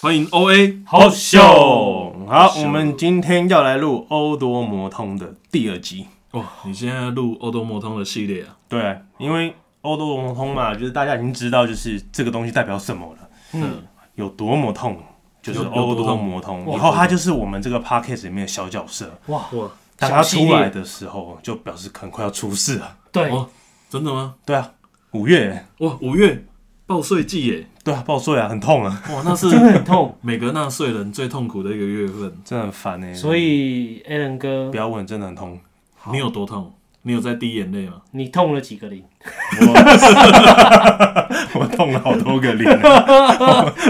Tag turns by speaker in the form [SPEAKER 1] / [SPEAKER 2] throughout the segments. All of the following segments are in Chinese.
[SPEAKER 1] 欢迎 O A 哦
[SPEAKER 2] 好秀！好，
[SPEAKER 1] 秀
[SPEAKER 2] 我们今天要来录欧多摩通的第二集。
[SPEAKER 1] 哇、你现在录欧多摩通的系列啊？
[SPEAKER 2] 对，因为欧多摩通嘛，就是大家已经知道，就是这个东西代表什么了，
[SPEAKER 1] 嗯，
[SPEAKER 2] 有多么痛，就是
[SPEAKER 1] 有有
[SPEAKER 2] 欧
[SPEAKER 1] 多
[SPEAKER 2] 多
[SPEAKER 1] 痛
[SPEAKER 2] 摩通。
[SPEAKER 3] 哇
[SPEAKER 2] 以后它就是我们这个 podcast 里面的小角色。
[SPEAKER 3] 哇，
[SPEAKER 1] 哇，
[SPEAKER 2] 当它
[SPEAKER 3] 小系
[SPEAKER 2] 出
[SPEAKER 3] 列
[SPEAKER 2] 来的时候，就表示很快要出事了。
[SPEAKER 3] 对，
[SPEAKER 1] 哦，真的吗？
[SPEAKER 2] 对啊，五月，
[SPEAKER 1] 哇，五月报税季耶！
[SPEAKER 2] 对啊，报税啊，很痛啊，
[SPEAKER 1] 哇，那是
[SPEAKER 3] 真的很痛。
[SPEAKER 1] 每个纳税人最痛苦的一个月份。
[SPEAKER 2] 真的很烦哎。
[SPEAKER 3] 所以 a l a n 哥
[SPEAKER 2] 不，要问，真的很痛。
[SPEAKER 1] 你有多痛？你有在滴眼泪 吗？
[SPEAKER 3] 你痛了几个零？
[SPEAKER 2] 我痛了好多个零 啊。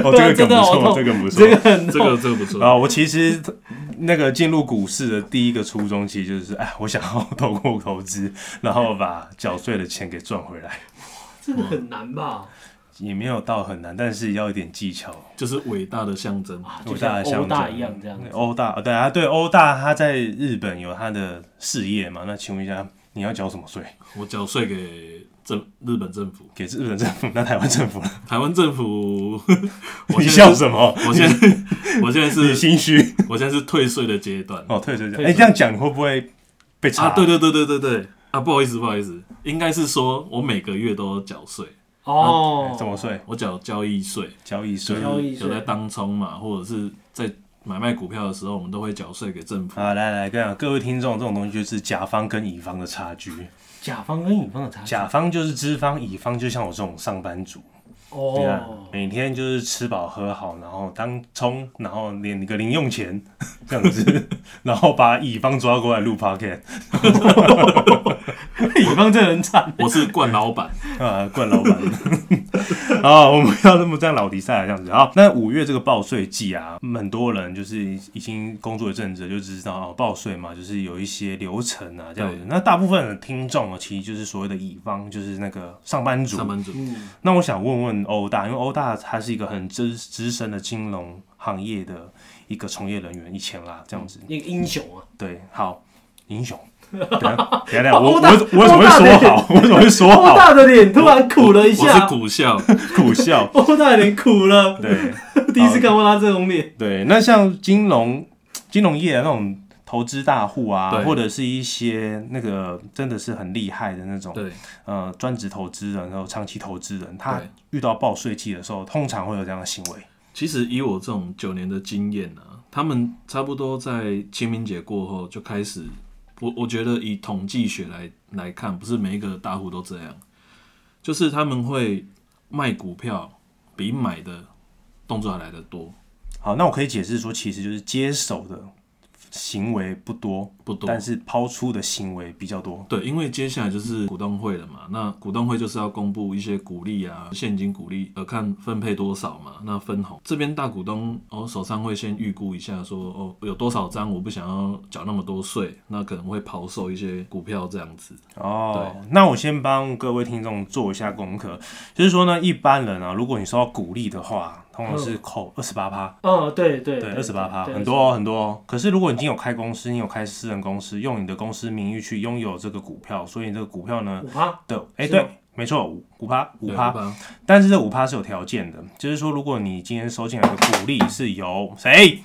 [SPEAKER 2] 哦，
[SPEAKER 3] 对啊
[SPEAKER 2] 这个
[SPEAKER 3] 真
[SPEAKER 2] 梗
[SPEAKER 3] 的
[SPEAKER 2] 不
[SPEAKER 3] 好
[SPEAKER 2] 错，
[SPEAKER 3] 痛
[SPEAKER 2] 这个不错，
[SPEAKER 3] 这个很
[SPEAKER 1] 这
[SPEAKER 3] 痛，
[SPEAKER 1] 个这个不错。
[SPEAKER 2] 啊，我其实那个进入股市的第一个初衷，其实就是，哎，我想要透过投资，然后把缴税的钱给赚回来，
[SPEAKER 3] 这个很难吧？
[SPEAKER 2] 也没有到很难，但是要一点技巧。
[SPEAKER 1] 就是伟大的象征。
[SPEAKER 3] 啊就
[SPEAKER 2] 哦我
[SPEAKER 3] 像
[SPEAKER 2] 大
[SPEAKER 3] 欧
[SPEAKER 2] 欧
[SPEAKER 3] 大一样这样子。
[SPEAKER 2] 欧大，对啊，对，欧大他在日本有他的事业嘛，那请问一下，你要缴什么税？
[SPEAKER 1] 我缴税给政日本政府，
[SPEAKER 2] 给日本政府？那台湾政府呢？
[SPEAKER 1] 台湾政 府。我
[SPEAKER 2] 你
[SPEAKER 1] 现在
[SPEAKER 2] 笑
[SPEAKER 1] 是，
[SPEAKER 2] 什么？
[SPEAKER 1] 我现在我现在
[SPEAKER 2] 你
[SPEAKER 1] 是
[SPEAKER 2] 心虚
[SPEAKER 1] 我现在是退税的阶段。
[SPEAKER 3] 啊
[SPEAKER 2] 哦，退税这样。
[SPEAKER 3] 退
[SPEAKER 2] 哎，
[SPEAKER 3] 税
[SPEAKER 2] 这样讲你会不会被查？
[SPEAKER 1] 啊，对对对对对对啊，不好意思不好意思，应该是说我每个月都有缴税，
[SPEAKER 3] 哦，
[SPEAKER 2] 啊怎么税？
[SPEAKER 1] 我缴交易税，
[SPEAKER 2] 交易
[SPEAKER 1] 就
[SPEAKER 2] 税
[SPEAKER 1] 是
[SPEAKER 3] 交易税
[SPEAKER 1] 有在当冲嘛，或者是在买卖股票的时候，我们都会缴税给政
[SPEAKER 3] 哎
[SPEAKER 1] 府。
[SPEAKER 2] 啊，来来，跟你讲，各位听众，这种东西就是甲方跟乙方的差距。
[SPEAKER 3] 甲方跟乙方的差距
[SPEAKER 2] 甲方就是资方，乙方就像我这种上班族，对啊
[SPEAKER 3] 哦，，
[SPEAKER 2] 每天就是吃饱喝好，然后当冲，然后领个零用钱 这样子，然后把乙方抓过来录 podcast，
[SPEAKER 3] 乙方这人惨。
[SPEAKER 1] 我是冠老板，
[SPEAKER 2] 啊，惯老板。 啊，我们要这么这样老迪赛啊，这样子好，那五月这个报税季啊，很多人就是已经工作一阵子，就知道哦，报税嘛，就是有一些流程啊，这样子
[SPEAKER 1] 对。
[SPEAKER 2] 那大部分的听众哦，其实就是所谓的乙方，就是那个上班族
[SPEAKER 1] 上。班族，
[SPEAKER 3] 嗯，
[SPEAKER 2] 那我想问问欧大，因为欧大他是一个很资资深的金融行业的一个从业人员，以前啦这样子。
[SPEAKER 3] 一个英雄啊，
[SPEAKER 2] 对，好，英 雄。等一下等一下，我我
[SPEAKER 3] 欧
[SPEAKER 2] 我
[SPEAKER 3] 大
[SPEAKER 2] 怎么会说好？我怎么会说
[SPEAKER 3] 欧
[SPEAKER 2] 好？
[SPEAKER 3] 大的脸突然苦了一
[SPEAKER 1] 我是
[SPEAKER 3] 下，
[SPEAKER 1] 股 校，
[SPEAKER 2] 苦笑。
[SPEAKER 3] 欧大的脸苦了，
[SPEAKER 2] 对
[SPEAKER 3] 第一次看过他这种脸。
[SPEAKER 2] 对，那像金融金融业的那种投资大户啊，
[SPEAKER 1] 对
[SPEAKER 2] 或者是一些那个真的是很厉害的那种
[SPEAKER 1] 对
[SPEAKER 2] 呃专职投资人，然后长期投资人，他
[SPEAKER 1] 对。
[SPEAKER 2] 遇到报税季的时候，通常会有这样的行为。
[SPEAKER 1] 其实以我这种九年的经验啊，他们差不多在清明节过后就开始，我我觉得以统计学来来看，不是每一个大户都这样，就是他们会卖股票比买的动作还来得多，
[SPEAKER 2] 好，那我可以解释说，其实就是接手的行为不多，
[SPEAKER 1] 不多。
[SPEAKER 2] 但是抛出的行为比较多。
[SPEAKER 1] 对，因为接下来就是股东会了嘛，那股东会就是要公布一些股利啊，现金股利，呃，看分配多少嘛，那分红这边大股东哦手上会先预估一下说哦有多少张我不想要缴那么多税，那可能会抛售一些股票这样子。
[SPEAKER 2] 哦，那我先帮各位听众做一下功课，就是说呢，一般人啊，如果你收到股利的话，通常是扣二十八趴，
[SPEAKER 3] 嗯，对对
[SPEAKER 2] 哦对，二十八趴，
[SPEAKER 3] 对
[SPEAKER 2] 很多哦很多哦。可是如果你已经有开公司，你有开私人公司，用你的公司名义去拥有这个股票，所以你这个股票呢
[SPEAKER 3] 五趴，
[SPEAKER 2] 的，哎、
[SPEAKER 3] 是吗
[SPEAKER 2] 对，没错，五五趴，五
[SPEAKER 1] 对
[SPEAKER 2] 趴，
[SPEAKER 1] 吧？
[SPEAKER 2] 但是这五趴是有条件的，就是说，如果你今天收进来的股利是由谁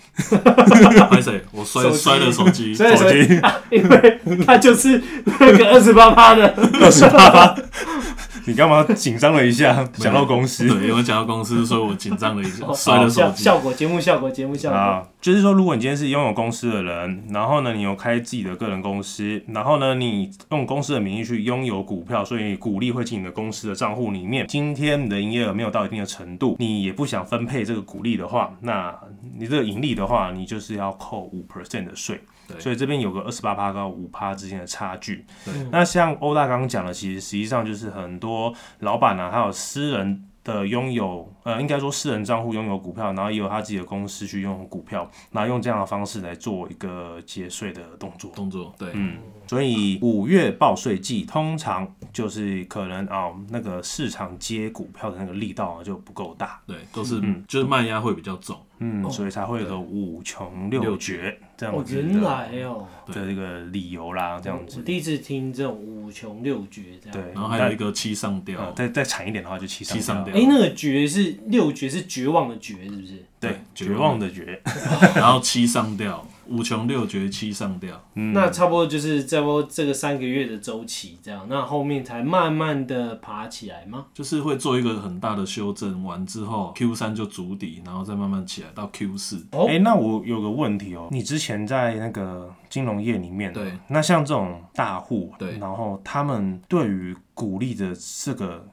[SPEAKER 1] 拍谁？我摔
[SPEAKER 3] 手机
[SPEAKER 1] 摔了手机，
[SPEAKER 3] 所以
[SPEAKER 2] 手
[SPEAKER 3] 所以
[SPEAKER 2] 机
[SPEAKER 3] 因为他就是那个二十八趴的，
[SPEAKER 2] 二十八趴， 你干嘛紧张了一下？想到公司
[SPEAKER 1] 对，因为讲到公司，所以我紧张了一下，
[SPEAKER 3] 哦
[SPEAKER 1] 摔了手
[SPEAKER 3] 效
[SPEAKER 1] 机。
[SPEAKER 3] 效果节目效果节目效果，
[SPEAKER 2] 啊，就是说，如果你今天是拥有公司的人，然后呢，你有开自己的个人公司，然后呢，你用公司的名义去拥有股票，所以股利会进你的公司的账户里面。今天你的营业额没有到一定的程度，你也不想分配这个股利的话，那你这个盈利的话，你就是要扣五 percent 的税。
[SPEAKER 1] 对
[SPEAKER 2] 所以这边有个二十八趴到五趴之间的差距
[SPEAKER 1] 对。
[SPEAKER 2] 那像欧大刚刚讲的，其实实际上就是很多老板啊，还有私人的拥有，呃，应该说私人账户拥有股票，然后也有他自己的公司去拥有股票，然后用这样的方式来做一个节税的动作。嗯
[SPEAKER 1] 动作对，
[SPEAKER 3] 嗯
[SPEAKER 2] 所以五月报税季通常就是可能啊、那个市场接股票的那个力道啊就不够大。
[SPEAKER 3] 嗯
[SPEAKER 1] 对，都是就是卖压会比较重，
[SPEAKER 2] 嗯，
[SPEAKER 3] 哦
[SPEAKER 2] 所以才会有个五穷六绝这样
[SPEAKER 3] 哦，
[SPEAKER 2] 子
[SPEAKER 3] 原
[SPEAKER 2] 的
[SPEAKER 3] 来哦，
[SPEAKER 2] 的一个理由啦，这样
[SPEAKER 3] 我
[SPEAKER 2] 子。
[SPEAKER 3] 第一次听这种五穷六绝这样。
[SPEAKER 2] 对，
[SPEAKER 1] 然后还有一个七上吊，
[SPEAKER 2] 呃再再惨一点的话，就七
[SPEAKER 1] 七上
[SPEAKER 2] 吊，
[SPEAKER 1] 吊
[SPEAKER 3] 哎、那个绝是六绝是绝望的绝，是不是？
[SPEAKER 2] 对
[SPEAKER 1] 对，
[SPEAKER 2] 绝望的绝，
[SPEAKER 3] 嗯
[SPEAKER 1] 然后七上吊，五穷六绝七上吊，
[SPEAKER 3] 那差不多就是差不多这个三个月的周期这样，那后面才慢慢的爬起来吗？
[SPEAKER 1] 就是会做一个很大的修正，完之后 Q 三就筑底，然后再慢慢起来到 Q 四。
[SPEAKER 3] 哦
[SPEAKER 2] 哎、那我有个问题哦，你之前在那个金融业里面，哦
[SPEAKER 1] 对，
[SPEAKER 2] 那像这种大户，啊
[SPEAKER 1] 对
[SPEAKER 2] 然后他们对于鼓励的这个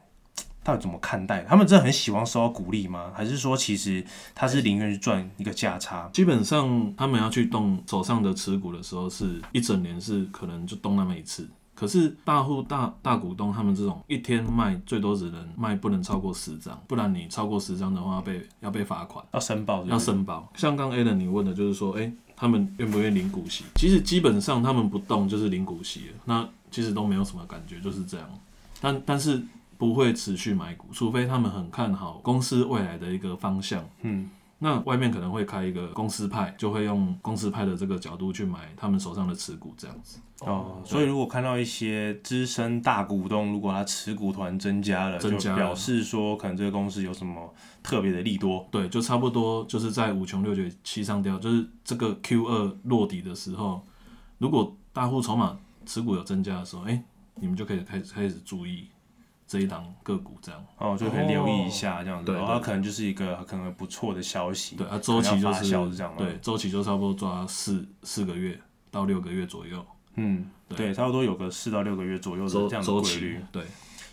[SPEAKER 2] 到底怎么看待？他们真的很喜欢收到鼓励吗？还是说其实他是宁愿去赚一个价差？
[SPEAKER 1] 基本上他们要去动手上的持股的时候，是一整年是可能就动那么一次。可是大户大大股东他们这种一天卖最多只能卖不能超过十张，不然你超过十张的话要被要被罚款。
[SPEAKER 2] 要申报是不哦是
[SPEAKER 1] 要申报。像刚 Alan 你问的，就是说，哎、他们愿不愿意领股息？其实基本上他们不动就是领股息了，那其实都没有什么感觉，就是这样。但但是不会持续买股，除非他们很看好公司未来的一个方向。
[SPEAKER 2] 嗯，
[SPEAKER 1] 那外面可能会开一个公司派，就会用公司派的这个角度去买他们手上的持股，这样子
[SPEAKER 2] 哦，所以如果看到一些资深大股东，如果他持股突然增加了，
[SPEAKER 1] 增加
[SPEAKER 2] 就
[SPEAKER 1] 了
[SPEAKER 2] 表示说可能这个公司有什么特别的利多。
[SPEAKER 1] 对，就差不多就是在五穷六绝七上吊，就是这个 Q 二落底的时候，如果大户筹码持股有增加的时候，哎、你们就可以开开始注意这一档个股这样。
[SPEAKER 2] 哦，就可以留意一下这样子，
[SPEAKER 1] 哦对
[SPEAKER 2] 然
[SPEAKER 1] 对
[SPEAKER 2] 后、可能就是一个可能不错的消息。
[SPEAKER 1] 对啊，周期就
[SPEAKER 2] 可能要发
[SPEAKER 1] 是
[SPEAKER 2] 酵是这样吗啊
[SPEAKER 1] 对，周期就差不多抓四四个月到六个月左右，
[SPEAKER 2] 嗯，
[SPEAKER 1] 对
[SPEAKER 2] 对，差不多有个四到六个月左右的
[SPEAKER 1] 周
[SPEAKER 2] 这样的
[SPEAKER 1] 周
[SPEAKER 2] 规
[SPEAKER 1] 期
[SPEAKER 2] 律。
[SPEAKER 1] 对，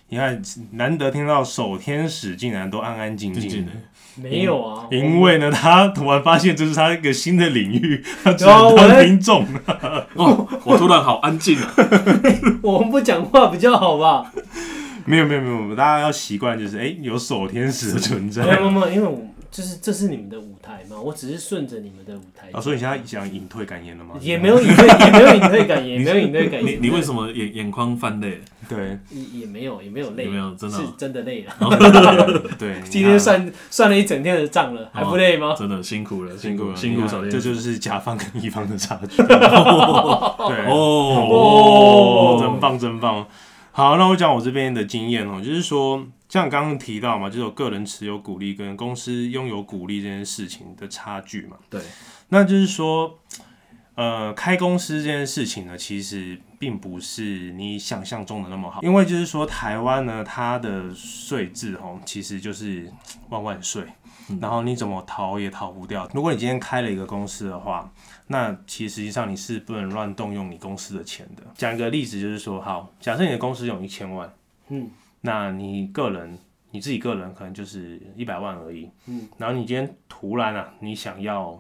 [SPEAKER 2] 你看，难得听到守天使竟然都安安静
[SPEAKER 1] 静静的。
[SPEAKER 3] 没有啊，
[SPEAKER 2] 因为呢，他突然发现这是他一个新的领域， 他只
[SPEAKER 3] 然后
[SPEAKER 2] 能
[SPEAKER 3] 我
[SPEAKER 2] 当
[SPEAKER 3] 在
[SPEAKER 2] 听众。
[SPEAKER 1] 哦，我突然好安静 啊！
[SPEAKER 3] 我们不讲话比较好吧？
[SPEAKER 2] 没有没有没有，大家要习惯就是，哎、有守天使的存
[SPEAKER 3] 没有没
[SPEAKER 2] 在。
[SPEAKER 3] 有没有，因为我就是这是你们的舞台嘛，我只是顺着你们的舞台
[SPEAKER 2] 啊，所以你现在想隐退感言了吗？
[SPEAKER 3] 也没有隐退，也没有隐退感，也没有隐退感，
[SPEAKER 1] 你你为
[SPEAKER 3] 么
[SPEAKER 1] 什么眼眼眶泛泪？
[SPEAKER 2] 对
[SPEAKER 3] 也也没有也没有累，
[SPEAKER 1] 有没有真的
[SPEAKER 3] 是
[SPEAKER 1] 哦
[SPEAKER 3] 真的累了。
[SPEAKER 2] 对，
[SPEAKER 3] 今
[SPEAKER 2] 你看啊
[SPEAKER 3] 天算算了一整天的账了，还不累吗？啊
[SPEAKER 1] 真的辛苦了，辛苦了，
[SPEAKER 2] 你
[SPEAKER 1] 辛苦
[SPEAKER 2] 看
[SPEAKER 1] 小天
[SPEAKER 2] 这
[SPEAKER 1] 使。
[SPEAKER 2] 就是甲方跟乙方的差距。 对哦，真棒真棒。好，那我讲我这边的经验哦，就是说，像刚刚提到嘛，就是有个人持有股利跟公司拥有股利这件事情的差距嘛。
[SPEAKER 1] 对，
[SPEAKER 2] 那就是说，呃，开公司这件事情呢，其实并不是你想象中的那么好，因为就是说，台湾呢，它的税制哦，其实就是万万税，
[SPEAKER 3] 嗯
[SPEAKER 2] 然后你怎么逃也逃不掉。如果你今天开了一个公司的话，那其实实际上你是不能乱动用你公司的钱的。讲一个例子，就是说，好，假设你的公司有一千万，
[SPEAKER 3] 嗯，
[SPEAKER 2] 那你个人你自己个人可能就是一百万而已，
[SPEAKER 3] 嗯，
[SPEAKER 2] 然后你今天突然啊，你想要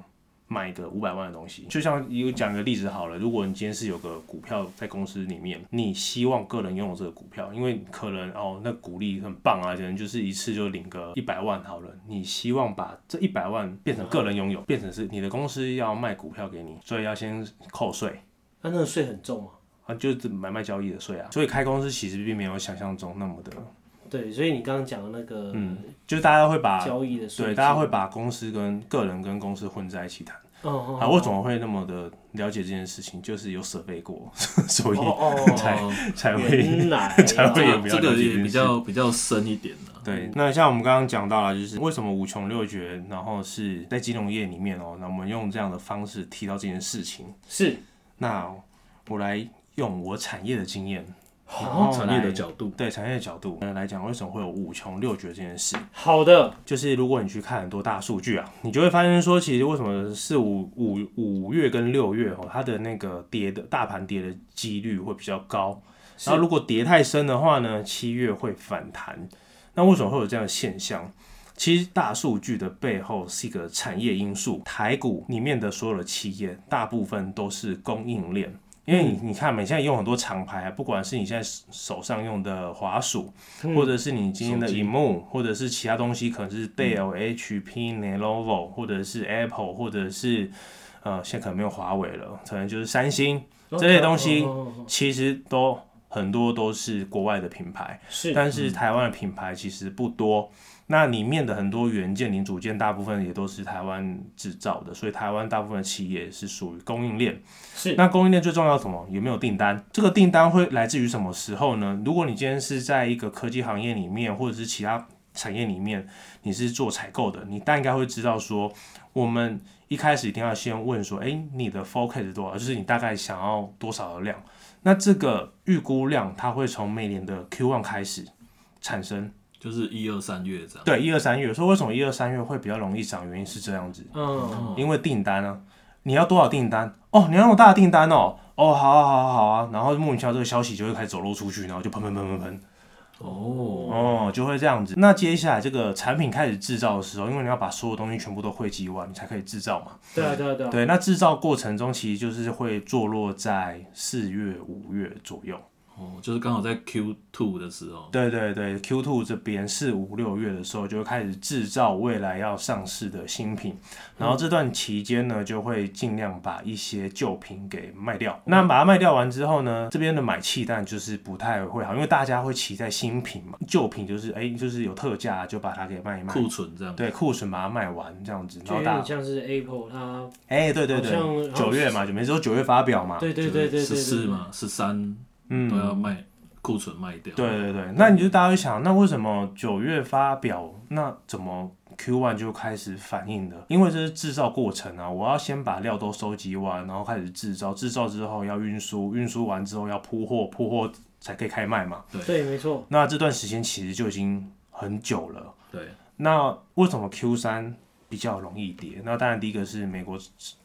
[SPEAKER 2] 买个五百万的东西，就像有讲个例子好了，如果你今天是有个股票在公司里面，你希望个人拥有这个股票，因为可能哦，那股利很棒啊，可能就是一次就领个一百万好了，你希望把这一百万变成个人拥有，变成是你的公司要卖股票给你，所以要先扣税。
[SPEAKER 3] 那那个税很重啊。
[SPEAKER 2] 啊，就是买卖交易的税啊，所以开公司其实并没有想象中那么的，
[SPEAKER 3] 对，所以你刚刚讲的那个
[SPEAKER 2] 就是大家会把
[SPEAKER 3] 交易的
[SPEAKER 2] 嗯
[SPEAKER 3] 税
[SPEAKER 2] 啊对
[SPEAKER 3] 制，
[SPEAKER 2] 大家会把公司跟个人跟公司混在一起谈。
[SPEAKER 3] 哦哦
[SPEAKER 2] 啊，我怎么会那么的了解这件事情？就是有设备过， 所以
[SPEAKER 3] 哦哦
[SPEAKER 2] 才
[SPEAKER 1] 哦，
[SPEAKER 2] 才会。
[SPEAKER 3] 原来
[SPEAKER 2] 才会
[SPEAKER 3] 啊
[SPEAKER 2] 有比较
[SPEAKER 1] 这个
[SPEAKER 2] 了解
[SPEAKER 1] 也
[SPEAKER 2] 这件
[SPEAKER 1] 比
[SPEAKER 2] 事
[SPEAKER 1] 较比较深一点的。
[SPEAKER 2] 对，那像我们刚刚讲到了，就是为什么五穷六绝，然后是在金融业里面哦，那我们用这样的方式提到这件事情。
[SPEAKER 3] 是
[SPEAKER 2] 那我来用我产业的经验，然
[SPEAKER 3] 好
[SPEAKER 2] 后
[SPEAKER 1] 产业
[SPEAKER 2] 来
[SPEAKER 1] 的角度，
[SPEAKER 2] 对哦产业的角度呃来讲，为什么会有五穷六绝这件事？
[SPEAKER 3] 好的，
[SPEAKER 2] 就是如果你去看很多大数据啊，你就会发现说，其实为什么四五五五月跟六月哦，它的那个跌的大盘跌的几率会比较高。
[SPEAKER 3] 是
[SPEAKER 2] 然后如果跌太深的话呢，七月会反弹。那为什么会有这样的现象？其实大数据的背后是一个产业因素。台股里面的所有的企业，大部分都是供应链。因为
[SPEAKER 1] 嗯
[SPEAKER 2] 你你看嘛，你现在用很多厂牌啊，不管是你现在手手上用的滑鼠，或者是你今天的
[SPEAKER 1] 嗯手机嗯
[SPEAKER 2] e 幕，或者是其他东西，可能是 Dell、HP、Lenovo，或者是 Apple，或者是呃，现在可能没有华为了，可能就是三星这类东西
[SPEAKER 3] 哦哦哦哦
[SPEAKER 2] 其实都很多都是国外的品牌，
[SPEAKER 3] 是嗯
[SPEAKER 2] 但是台湾的品牌其实不多。那里面的很多元件、零组件，大部分也都是台湾制造的，所以台湾大部分的企业是属于供应链。
[SPEAKER 3] 是
[SPEAKER 2] 那供应链最重要的什么？有没有订单？这个订单会来自于什么时候呢？如果你今天是在一个科技行业里面，或者是其他产业里面，你是做采购的，你大概会知道说，我们一开始一定要先问说，诶，你的 forecast 是多少？就是你大概想要多少的量？那这个预估量，它会从每年的 Q1 开始产生。
[SPEAKER 1] 就是一二三月这样。
[SPEAKER 2] 对，一二三月。所以为什么一二三月会比较容易涨？原因是这样子。
[SPEAKER 3] 嗯，
[SPEAKER 1] 哦
[SPEAKER 2] 因为订单啊，你要多少订单？哦，你要那么大的订单哦，哦，好啊，好啊，好啊，然后莫名其妙这个消息就会开始走漏出去，然后就喷喷喷喷喷，
[SPEAKER 1] 哦，
[SPEAKER 2] 哦，就会这样子。那接下来这个产品开始制造的时候，因为你要把所有东西全部都汇集完，你才可以制造嘛。
[SPEAKER 3] 对啊，对啊，对啊，
[SPEAKER 2] 对，那制造过程中其实就是会坐落在四月、五月左右。
[SPEAKER 1] 哦，就是刚好在 Q two 的时候。
[SPEAKER 2] 对对对，Q two 这边四五六月的时候就会开始制造未来要上市的新品，然后
[SPEAKER 3] 嗯
[SPEAKER 2] 这段期间呢，就会尽量把一些旧品给卖掉。那把它卖掉完之后呢，这边的买气但就是不太会好，因为大家会期待新品嘛，旧品就是哎、就是有特价就把它给卖一卖，
[SPEAKER 1] 库存这样，
[SPEAKER 2] 对库存把它卖完这样子，
[SPEAKER 3] 就
[SPEAKER 2] 然
[SPEAKER 3] 有
[SPEAKER 2] 后大
[SPEAKER 3] 点
[SPEAKER 2] 家
[SPEAKER 3] 像是 Apple 它，
[SPEAKER 2] 哎、对对对
[SPEAKER 3] 好像，
[SPEAKER 2] 九月嘛，就没说九月发表嘛，
[SPEAKER 3] 对啊对对对对，
[SPEAKER 1] 十四
[SPEAKER 3] 对，
[SPEAKER 1] 嘛，十三
[SPEAKER 2] 嗯
[SPEAKER 1] 都要卖库存卖掉。
[SPEAKER 2] 对对对，那你就大家会想，那为什么九月发表，那怎么 Q one 就开始反应的？因为这是制造过程啊，我要先把料都收集完，然后开始制造，制造之后要运输，运输完之后要铺货，铺货才可以开卖嘛。
[SPEAKER 1] 对
[SPEAKER 3] 对，没错，
[SPEAKER 2] 那这段时间其实就已经很久了。
[SPEAKER 1] 对，
[SPEAKER 2] 那为什么 Q 三比较容易跌？那当然第一个是美国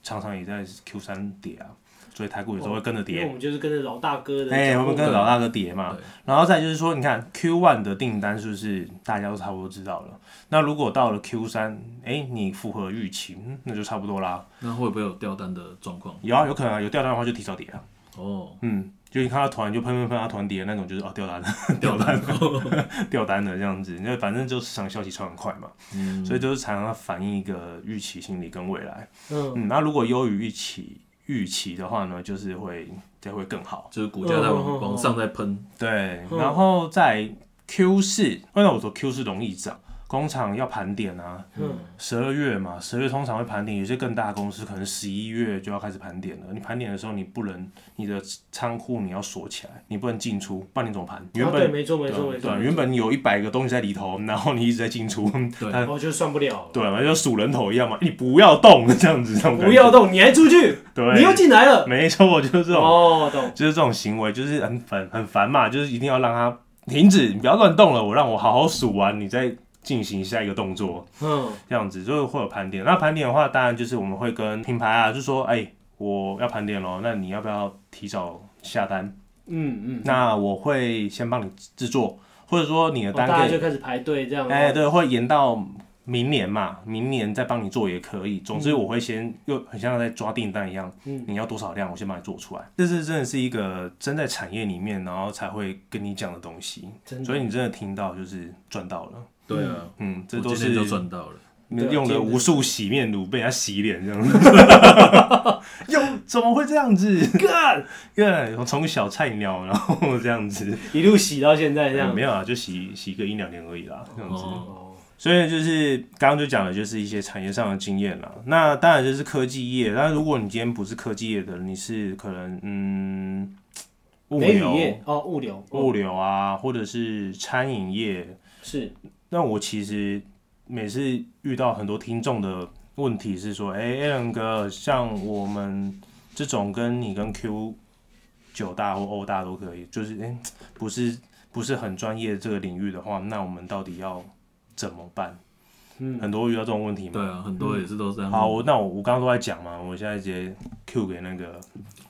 [SPEAKER 2] 常常也在 Q 三跌啊，所以台股有时候会跟着
[SPEAKER 3] 因为
[SPEAKER 2] 跌。
[SPEAKER 3] 我们就是跟着老大哥的脚步，
[SPEAKER 2] 哎、我们跟着老大哥跌嘛，
[SPEAKER 1] 对
[SPEAKER 2] 然后再就是说，你看 Q one 的订单是不是大家都差不多知道了？那如果到了 Q 三，哎，你符合预期，嗯那就差不多啦。
[SPEAKER 1] 那会不会有掉单的状况？
[SPEAKER 2] 有啊，有可能啊，有掉单的话就提早跌啊。
[SPEAKER 1] 哦，
[SPEAKER 2] 嗯，就你看它突然就喷喷喷，它突然跌的那种，就是哦掉单了， 掉单了， 掉单了这样子。那反正就是市场消息传很快嘛，
[SPEAKER 1] 嗯，
[SPEAKER 2] 所以就是常常反映一个预期心理跟未来。
[SPEAKER 3] 嗯，
[SPEAKER 2] 嗯，那如果优于预期预期的话呢，就是会再会更好。
[SPEAKER 1] 就是股价在往
[SPEAKER 3] 哦哦哦
[SPEAKER 1] 往上在喷，
[SPEAKER 2] 对，
[SPEAKER 3] 嗯
[SPEAKER 2] 然后在 Q 四，为什么我说 Q 四容易涨？工厂要盘点啊，
[SPEAKER 3] 嗯，
[SPEAKER 2] 十二月嘛，十二月通常会盘点，有些更大的公司可能十一月就要开始盘点了。你盘点的时候，你不能你的仓库你要锁起来，你不能进出，不然你怎么盘？原
[SPEAKER 3] 啊
[SPEAKER 2] 本、
[SPEAKER 3] 对，没错，没错，没
[SPEAKER 2] 对
[SPEAKER 3] 错
[SPEAKER 2] 啊，，原本你有一百个东西在里头，然后你一直在进出，
[SPEAKER 1] 对，
[SPEAKER 3] 然后哦就算不了，
[SPEAKER 2] 对嘛，就数人头一样嘛，你不要动这样子，这种感觉
[SPEAKER 3] 不要动，你还出去，
[SPEAKER 2] 对，
[SPEAKER 3] 你又进来了，
[SPEAKER 2] 没错，就是这种
[SPEAKER 3] 哦，懂，
[SPEAKER 2] 就是这种行为，就是很烦很烦嘛，就是一定要让它停止，你不要乱动了，我让我好好数完，你再进行下一个动作，
[SPEAKER 3] 嗯，
[SPEAKER 2] 这样子就会有盘点。那盘点的话，当然就是我们会跟品牌啊，就说，哎、我要盘点咯，那你要不要提早下单？
[SPEAKER 3] 嗯嗯，
[SPEAKER 2] 那我会先帮你制作，或者说你的
[SPEAKER 3] 哦
[SPEAKER 2] 单
[SPEAKER 3] 大家
[SPEAKER 2] 可以
[SPEAKER 3] 就开始排队这样，
[SPEAKER 2] 哎、对，会延到明年嘛，明年再帮你做也可以。总之，我会先又很像在抓订单一样，
[SPEAKER 3] 嗯
[SPEAKER 2] 你要多少量，我先帮你做出来。这是真的是一个真在产业里面，然后才会跟你讲的东西。
[SPEAKER 3] 真的
[SPEAKER 2] 所以你真的听到就是赚到了，
[SPEAKER 1] 对啊，
[SPEAKER 2] 嗯，这
[SPEAKER 1] 我
[SPEAKER 2] 都
[SPEAKER 1] 今
[SPEAKER 2] 是
[SPEAKER 1] 天就赚到了，
[SPEAKER 3] 对啊
[SPEAKER 2] 用了
[SPEAKER 3] 今天
[SPEAKER 2] 无数洗面乳被人家洗脸这样子， 又怎么会这样子？干干，我从小菜鸟，然后这样子，
[SPEAKER 3] 一路洗到现在这样
[SPEAKER 2] 没，有啊，就洗洗个一两年而已啦，这样子。
[SPEAKER 1] 哦
[SPEAKER 3] 哦，
[SPEAKER 2] 所以就是刚刚就讲的，就是一些产业上的经验啦。那当然就是科技业，但如果你今天不是科技业的，你是可能嗯物
[SPEAKER 3] 媒体
[SPEAKER 2] 流
[SPEAKER 3] 业、哦，物流，
[SPEAKER 2] 物流啊，或者是餐饮业。
[SPEAKER 3] 是，
[SPEAKER 2] 那我其实每次遇到很多听众的问题是说，哎、a l a n 哥，像我们这种跟你跟 Q 九大或 O 大都可以，就是哎、不是不是很专业这个领域的话，那我们到底要怎么办？
[SPEAKER 3] 嗯，
[SPEAKER 2] 很多遇到这种问题
[SPEAKER 1] 对
[SPEAKER 2] 嘛。
[SPEAKER 1] 啊，很多也是都这样。
[SPEAKER 2] 嗯好，我那我我刚刚都在讲嘛，我现在直接 Q 给那个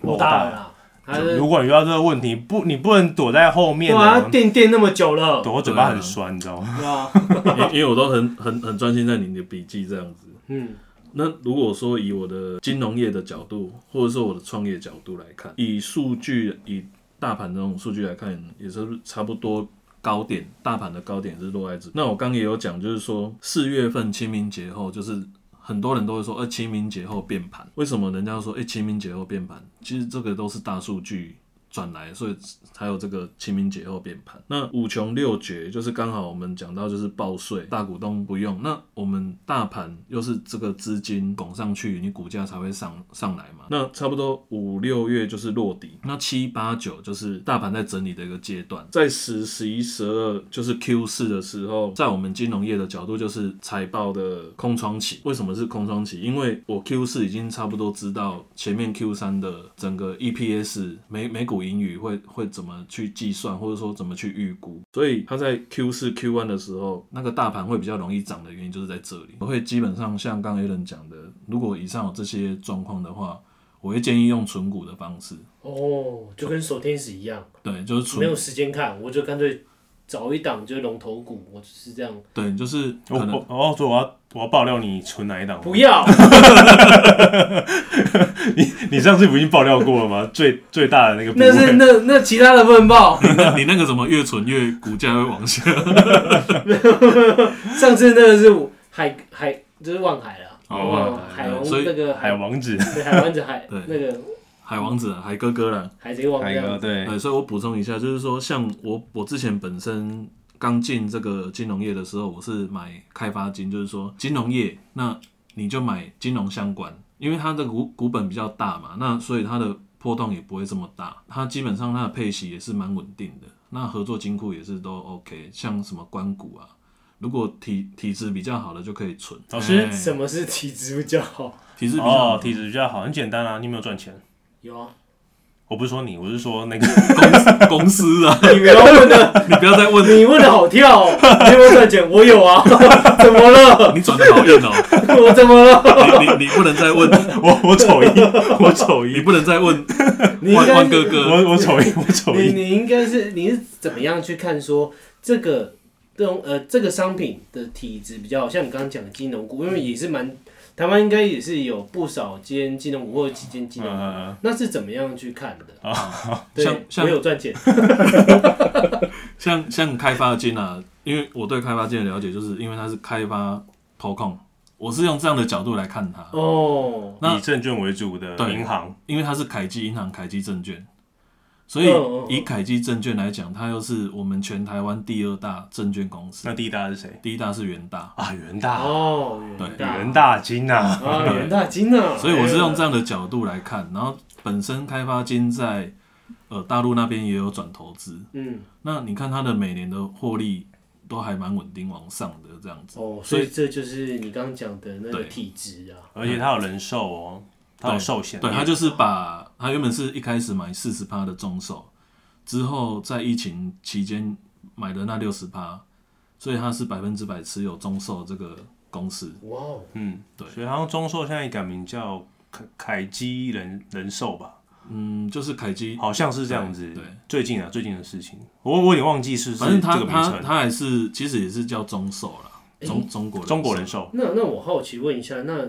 [SPEAKER 3] 老
[SPEAKER 2] 老
[SPEAKER 3] 大了啊啦，还
[SPEAKER 2] 就是如果你遇到这个问题，不你不能躲在后面
[SPEAKER 3] 对啊，
[SPEAKER 2] 哦，
[SPEAKER 3] 垫垫那么久了，
[SPEAKER 2] 躲我嘴巴很酸，你知道吗？
[SPEAKER 3] 对吧？
[SPEAKER 1] 因因为我都很很很专心在你的笔记这样子。
[SPEAKER 3] 嗯，
[SPEAKER 1] 那如果说以我的金融业的角度，或者说我的创业角度来看，以数据以大盘这种数据来看，也是差不多高点，大盘的高点是落在这。那我刚也有讲，就是说四月份清明节后，就是很多人都会说，呃，哎清明节后变盘，为什么人家说，哎、清明节后变盘？其实这个都是大数据转来，所以才有这个清明节后变盘。那五穷六绝就是刚好我们讲到就是报税，大股东不用，那我们大盘又是这个资金拱上去，你股价才会上上来嘛。那差不多五六月就是落底，那七八九就是大盘在整理的一个阶段，在十、十一、十二就是 Q 四的时候，在我们金融业的角度就是财报的空窗期。为什么是空窗期？因为我 Q 四已经差不多知道前面 Q 三的整个 EPS 每每股盈余会会怎么去计算，或者说怎么去预估，所以它在 Q 四 Q one 的时候，那个大盘会比较容易涨的原因就是在这里。我会基本上像刚 A 人讲的，如果以上有这些状况的话，我会建议用存股的方式，
[SPEAKER 3] 哦，就跟守天使一样，
[SPEAKER 1] 对，就是
[SPEAKER 3] 没
[SPEAKER 1] 存，
[SPEAKER 3] 有时间看，我就干脆找一档就是龙头股，我就是这样。
[SPEAKER 1] 对，就是
[SPEAKER 2] 我
[SPEAKER 1] 可能
[SPEAKER 2] 我哦，所以我要我要爆料你存哪一档吗？
[SPEAKER 3] 不要，
[SPEAKER 2] 你上次不已经爆料过了吗？ 最最大的那个部
[SPEAKER 3] 那是
[SPEAKER 2] 位，
[SPEAKER 3] 那那其他的问报。
[SPEAKER 1] 那你那个怎么越存越股价会往下？
[SPEAKER 3] 上次那个是我海海，就是望海了，
[SPEAKER 1] 哦
[SPEAKER 3] 望
[SPEAKER 1] 望海
[SPEAKER 3] 海王
[SPEAKER 1] 所以
[SPEAKER 3] 那 个
[SPEAKER 2] 海王子，
[SPEAKER 3] 对海湾子海
[SPEAKER 1] 对
[SPEAKER 3] 那个
[SPEAKER 1] 海王子、啊、海哥哥啦，
[SPEAKER 3] 海贼王这
[SPEAKER 2] 海
[SPEAKER 3] 样
[SPEAKER 2] 哥
[SPEAKER 3] 子。
[SPEAKER 2] 对，
[SPEAKER 1] 对，所以我补充一下，就是说，像我我之前本身刚进这个金融业的时候，我是买开发金，就是说金融业，那你就买金融相关，因为它的股股本比较大嘛，那所以它的波动也不会这么大，它基本上它的配息也是蛮稳定的，那合作金库也是都 OK，像什么关谷啊。如果体体质比较好的就可以存。
[SPEAKER 2] 老师
[SPEAKER 1] 哎
[SPEAKER 3] 什么是体质比较好？
[SPEAKER 1] 体质比较好
[SPEAKER 2] 哦，，体质比较好，很简单啊，你有没有赚钱？
[SPEAKER 3] 有啊，
[SPEAKER 2] 我不是说你，我是说那个
[SPEAKER 1] 公司啊，
[SPEAKER 3] 你不要问的，
[SPEAKER 1] 你不要再问，
[SPEAKER 3] 你问的好跳、哦，你有没有赚钱？我有啊， 怎么了？
[SPEAKER 1] 你转的好硬哦、
[SPEAKER 3] 我怎么了？
[SPEAKER 1] 你你你不能再问，
[SPEAKER 2] 我我丑一， 我丑
[SPEAKER 1] 你
[SPEAKER 2] 一，
[SPEAKER 1] 不能再问
[SPEAKER 3] 你应
[SPEAKER 1] 万
[SPEAKER 3] 该
[SPEAKER 1] 万
[SPEAKER 3] 是
[SPEAKER 1] 哥哥，
[SPEAKER 2] 我我丑一，我丑
[SPEAKER 3] 你
[SPEAKER 2] 一。
[SPEAKER 3] 你应该是你是怎么样去看说这个这种呃这个商品的体质比较好，像你刚刚讲的金融股，因为也是蛮台湾应该也是有不少间金融股或者几间金融股，
[SPEAKER 2] 呃，
[SPEAKER 3] 那是怎么样去看的？
[SPEAKER 1] 嗯啊像
[SPEAKER 3] 对，
[SPEAKER 1] 像
[SPEAKER 3] 我有赚钱，
[SPEAKER 1] 像像开发金啊，因为我对开发金的了解，就是因为它是开发投控，我是用这样的角度来看它，
[SPEAKER 3] 哦，
[SPEAKER 1] 那
[SPEAKER 2] 以证券为主的
[SPEAKER 1] 对
[SPEAKER 2] 银行，
[SPEAKER 1] 因为它是凯基银行、凯基证券，所
[SPEAKER 3] 嗯嗯嗯
[SPEAKER 1] 以以凯基证券来讲，它又是我们全台湾第二大证券公司，
[SPEAKER 2] 那第一大是谁
[SPEAKER 1] 第一大是元大，
[SPEAKER 2] 啊？元大，
[SPEAKER 3] 哦，元大，
[SPEAKER 2] 元大金啊，
[SPEAKER 1] 哦
[SPEAKER 3] 啊，元大金啊，
[SPEAKER 1] 所以我是用这样的角度来看，然后本身开发金在呃大陆那边也有转投资，
[SPEAKER 3] 嗯，
[SPEAKER 1] 那你看它的每年的获利都还蛮稳定往上的这样子，
[SPEAKER 3] 哦，所以这就是你刚刚讲的那个
[SPEAKER 1] 对
[SPEAKER 3] 体质啊，
[SPEAKER 2] 而且它有人寿哦，它有寿险，
[SPEAKER 1] 对，他就是把他原本是一开始买四十趴的中手，之后在疫情期间买的那六十趴，所以他是百分之百持有中寿这个公司。
[SPEAKER 3] 哇哦，
[SPEAKER 2] 嗯，
[SPEAKER 1] 对
[SPEAKER 2] 所以好像中寿现在改名叫凯凯基人人寿吧，
[SPEAKER 1] 嗯，就是凯基，
[SPEAKER 2] 好像是这样子。
[SPEAKER 1] 对对
[SPEAKER 2] 最近啊，最近的事情，我我有点忘记是
[SPEAKER 1] 反正
[SPEAKER 2] 是这
[SPEAKER 1] 他
[SPEAKER 2] 个名
[SPEAKER 1] 他
[SPEAKER 2] 称，嗯
[SPEAKER 1] 他还是其实也是叫中寿啦，中中国
[SPEAKER 2] 中国人
[SPEAKER 1] 寿
[SPEAKER 2] 寿。
[SPEAKER 3] 那那我好奇问一下，那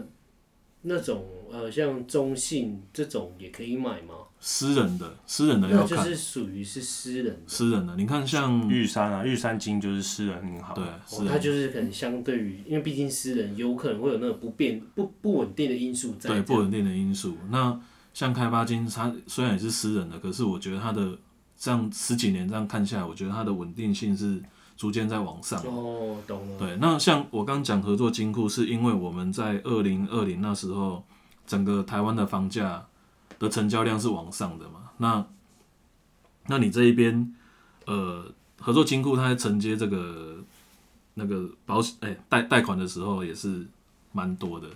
[SPEAKER 3] 那种呃，像中信这种也可以买吗？
[SPEAKER 1] 私人的私人的
[SPEAKER 3] 那
[SPEAKER 1] 要
[SPEAKER 3] 就
[SPEAKER 1] 看
[SPEAKER 3] 是属于是私人的，
[SPEAKER 1] 私人的，你看像
[SPEAKER 2] 玉山啊，玉山金就是私人银行，
[SPEAKER 1] 对，
[SPEAKER 3] 哦
[SPEAKER 1] 私
[SPEAKER 3] 它
[SPEAKER 1] 人
[SPEAKER 3] 就是可能相对于，因为毕竟私人有可能会有那种不变、不不稳定的因素在。
[SPEAKER 1] 对不稳定的因素。那像开发金，它虽然也是私人的，可是我觉得它的这样十几年这样看下来，我觉得它的稳定性是逐渐在往上。
[SPEAKER 3] 哦，懂了。
[SPEAKER 1] 对，那像我刚讲合作金库，是因为我们在二零二零那时候，整个台湾的房价的成交量是往上的嘛？那那你这一边，呃，合作金库它在承接这个那个保险哎贷贷款的时候也是蛮多的，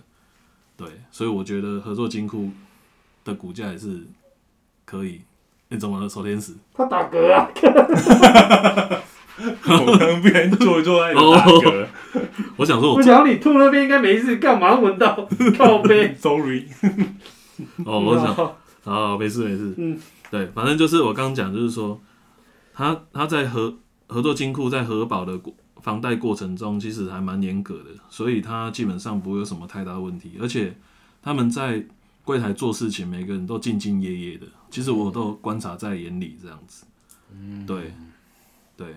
[SPEAKER 1] 对，所以我觉得合作金库的股价也是可以。你怎么了，守天使？
[SPEAKER 3] 他打嗝啊！
[SPEAKER 2] 我跟别人坐一坐 哎在
[SPEAKER 1] 哦
[SPEAKER 2] 打嗝
[SPEAKER 1] 我想说我，
[SPEAKER 3] 想你吐那边应该没事，干嘛闻到 靠背？
[SPEAKER 2] ，sorry，
[SPEAKER 1] 哦，我想啊，没事没事，
[SPEAKER 3] 嗯，
[SPEAKER 1] 对，反正就是我刚刚讲，就是说，他他在合合作金库在核保的过房贷过程中，其实还蛮严格的，所以他基本上不会有什么太大问题，而且他们在柜台做事情，每个人都兢兢业业的，其实我都观察在眼里，这样子，嗯，对，对，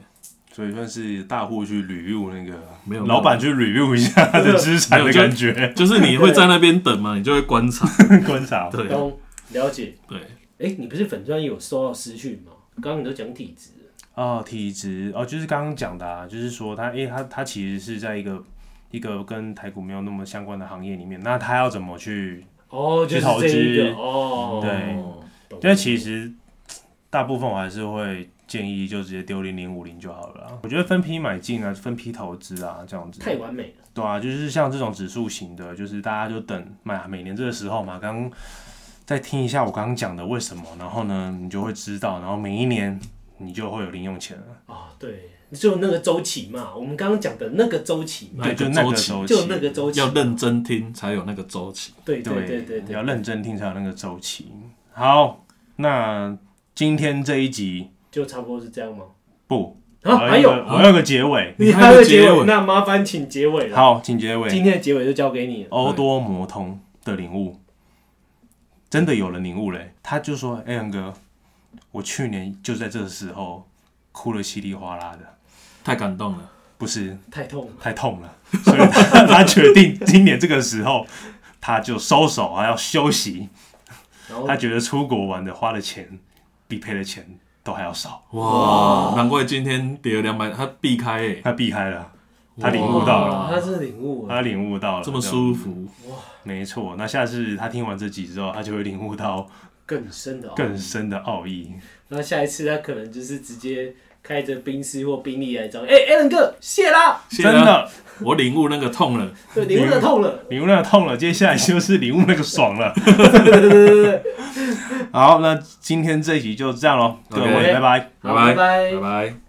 [SPEAKER 2] 所以算是大户去 review 那个，
[SPEAKER 1] 没有
[SPEAKER 2] 老板去 review 一下他的资产的感觉，
[SPEAKER 1] 就是你会在那边等嘛，你就会观察，
[SPEAKER 2] 观察。
[SPEAKER 1] 对
[SPEAKER 3] 懂，了解。
[SPEAKER 1] 对，
[SPEAKER 3] 哎、哎、你不是粉专也有收到私讯吗？刚刚你都讲体质了，
[SPEAKER 2] 哦，体质哦，就是刚刚讲的啊，就是说他，因为他他其实是在一个一个跟台股没有那么相关的行业里面，那他要怎么去？
[SPEAKER 3] 哦，就是这一
[SPEAKER 2] 去
[SPEAKER 3] 个
[SPEAKER 2] 投
[SPEAKER 3] 哦，
[SPEAKER 2] 对
[SPEAKER 1] 哦
[SPEAKER 3] 懂
[SPEAKER 2] 因为其实大部分我还是会建议就直接丢零零五零就好了啊。我觉得分批买进啊，分批投资啊，这样子。
[SPEAKER 3] 太完美了，
[SPEAKER 2] 对啊，就是像这种指数型的，就是大家就等买每年这个时候嘛，刚刚再听一下我刚刚讲的为什么，然后呢，你就会知道，然后每一年你就会有零用钱了，
[SPEAKER 3] 啊、对，就那个周期嘛，我们刚刚讲的那个周期嘛，
[SPEAKER 1] 那个
[SPEAKER 2] 对，就那
[SPEAKER 1] 周
[SPEAKER 2] 个
[SPEAKER 1] 期
[SPEAKER 2] 周期，
[SPEAKER 3] 就那个周期，
[SPEAKER 1] 要认真听才有那个周期。
[SPEAKER 3] 对对对
[SPEAKER 2] 对
[SPEAKER 3] 对
[SPEAKER 2] 你
[SPEAKER 3] 对，
[SPEAKER 2] 要认真听才有那个周期。好，那今天这一集
[SPEAKER 3] 就差不多是这样吗？
[SPEAKER 2] 不，我
[SPEAKER 3] 啊，
[SPEAKER 2] 要
[SPEAKER 3] 还
[SPEAKER 2] 一个
[SPEAKER 3] 有，
[SPEAKER 2] 我要个结尾。
[SPEAKER 3] 你
[SPEAKER 1] 还
[SPEAKER 3] 还
[SPEAKER 1] 有
[SPEAKER 3] 有
[SPEAKER 1] 结
[SPEAKER 3] 结尾，
[SPEAKER 1] 尾
[SPEAKER 3] 那麻烦请结尾了。
[SPEAKER 2] 好，请结尾。
[SPEAKER 3] 今天的结尾就交给你了。
[SPEAKER 2] 欧多摩通的领悟，真的有人领悟嘞、他就说：“哎、杨哥，我去年就在这时候哭了稀里哗啦的，
[SPEAKER 1] 太感动了，
[SPEAKER 2] 不是
[SPEAKER 3] 太痛了，
[SPEAKER 2] 太痛了， 所以他他决定今年这个时候他就收手，还要休息。
[SPEAKER 3] 然后
[SPEAKER 2] 他觉得出国玩的花的钱比赔的钱都还要少，
[SPEAKER 1] 哇！难怪今天跌了两百，它避开欸诶、
[SPEAKER 2] 他避开了，他领悟到了，
[SPEAKER 3] 哇啊他是领悟了。
[SPEAKER 2] 他领悟到了，
[SPEAKER 1] 这么舒服，
[SPEAKER 2] 没错。那下次他听完这集之后，他就会领悟到
[SPEAKER 3] 更深的、哦。
[SPEAKER 2] 更深的奥义。
[SPEAKER 3] 然后下一次他可能就是直接开着冰丝或宾利来找你，哎、a l a n 哥，谢啦，
[SPEAKER 1] 谢
[SPEAKER 2] 真
[SPEAKER 1] 谢啊
[SPEAKER 2] 的。”
[SPEAKER 1] 我领悟那个痛了，
[SPEAKER 3] 对，领悟的痛了。
[SPEAKER 2] 领悟那个痛了，接下来就是领悟那个爽了。
[SPEAKER 3] 对对对对 对，
[SPEAKER 2] 好，那今天这一集就这样喽，各
[SPEAKER 1] OK
[SPEAKER 2] 位，拜拜。
[SPEAKER 3] 好
[SPEAKER 1] 拜
[SPEAKER 3] 拜拜
[SPEAKER 1] 拜拜。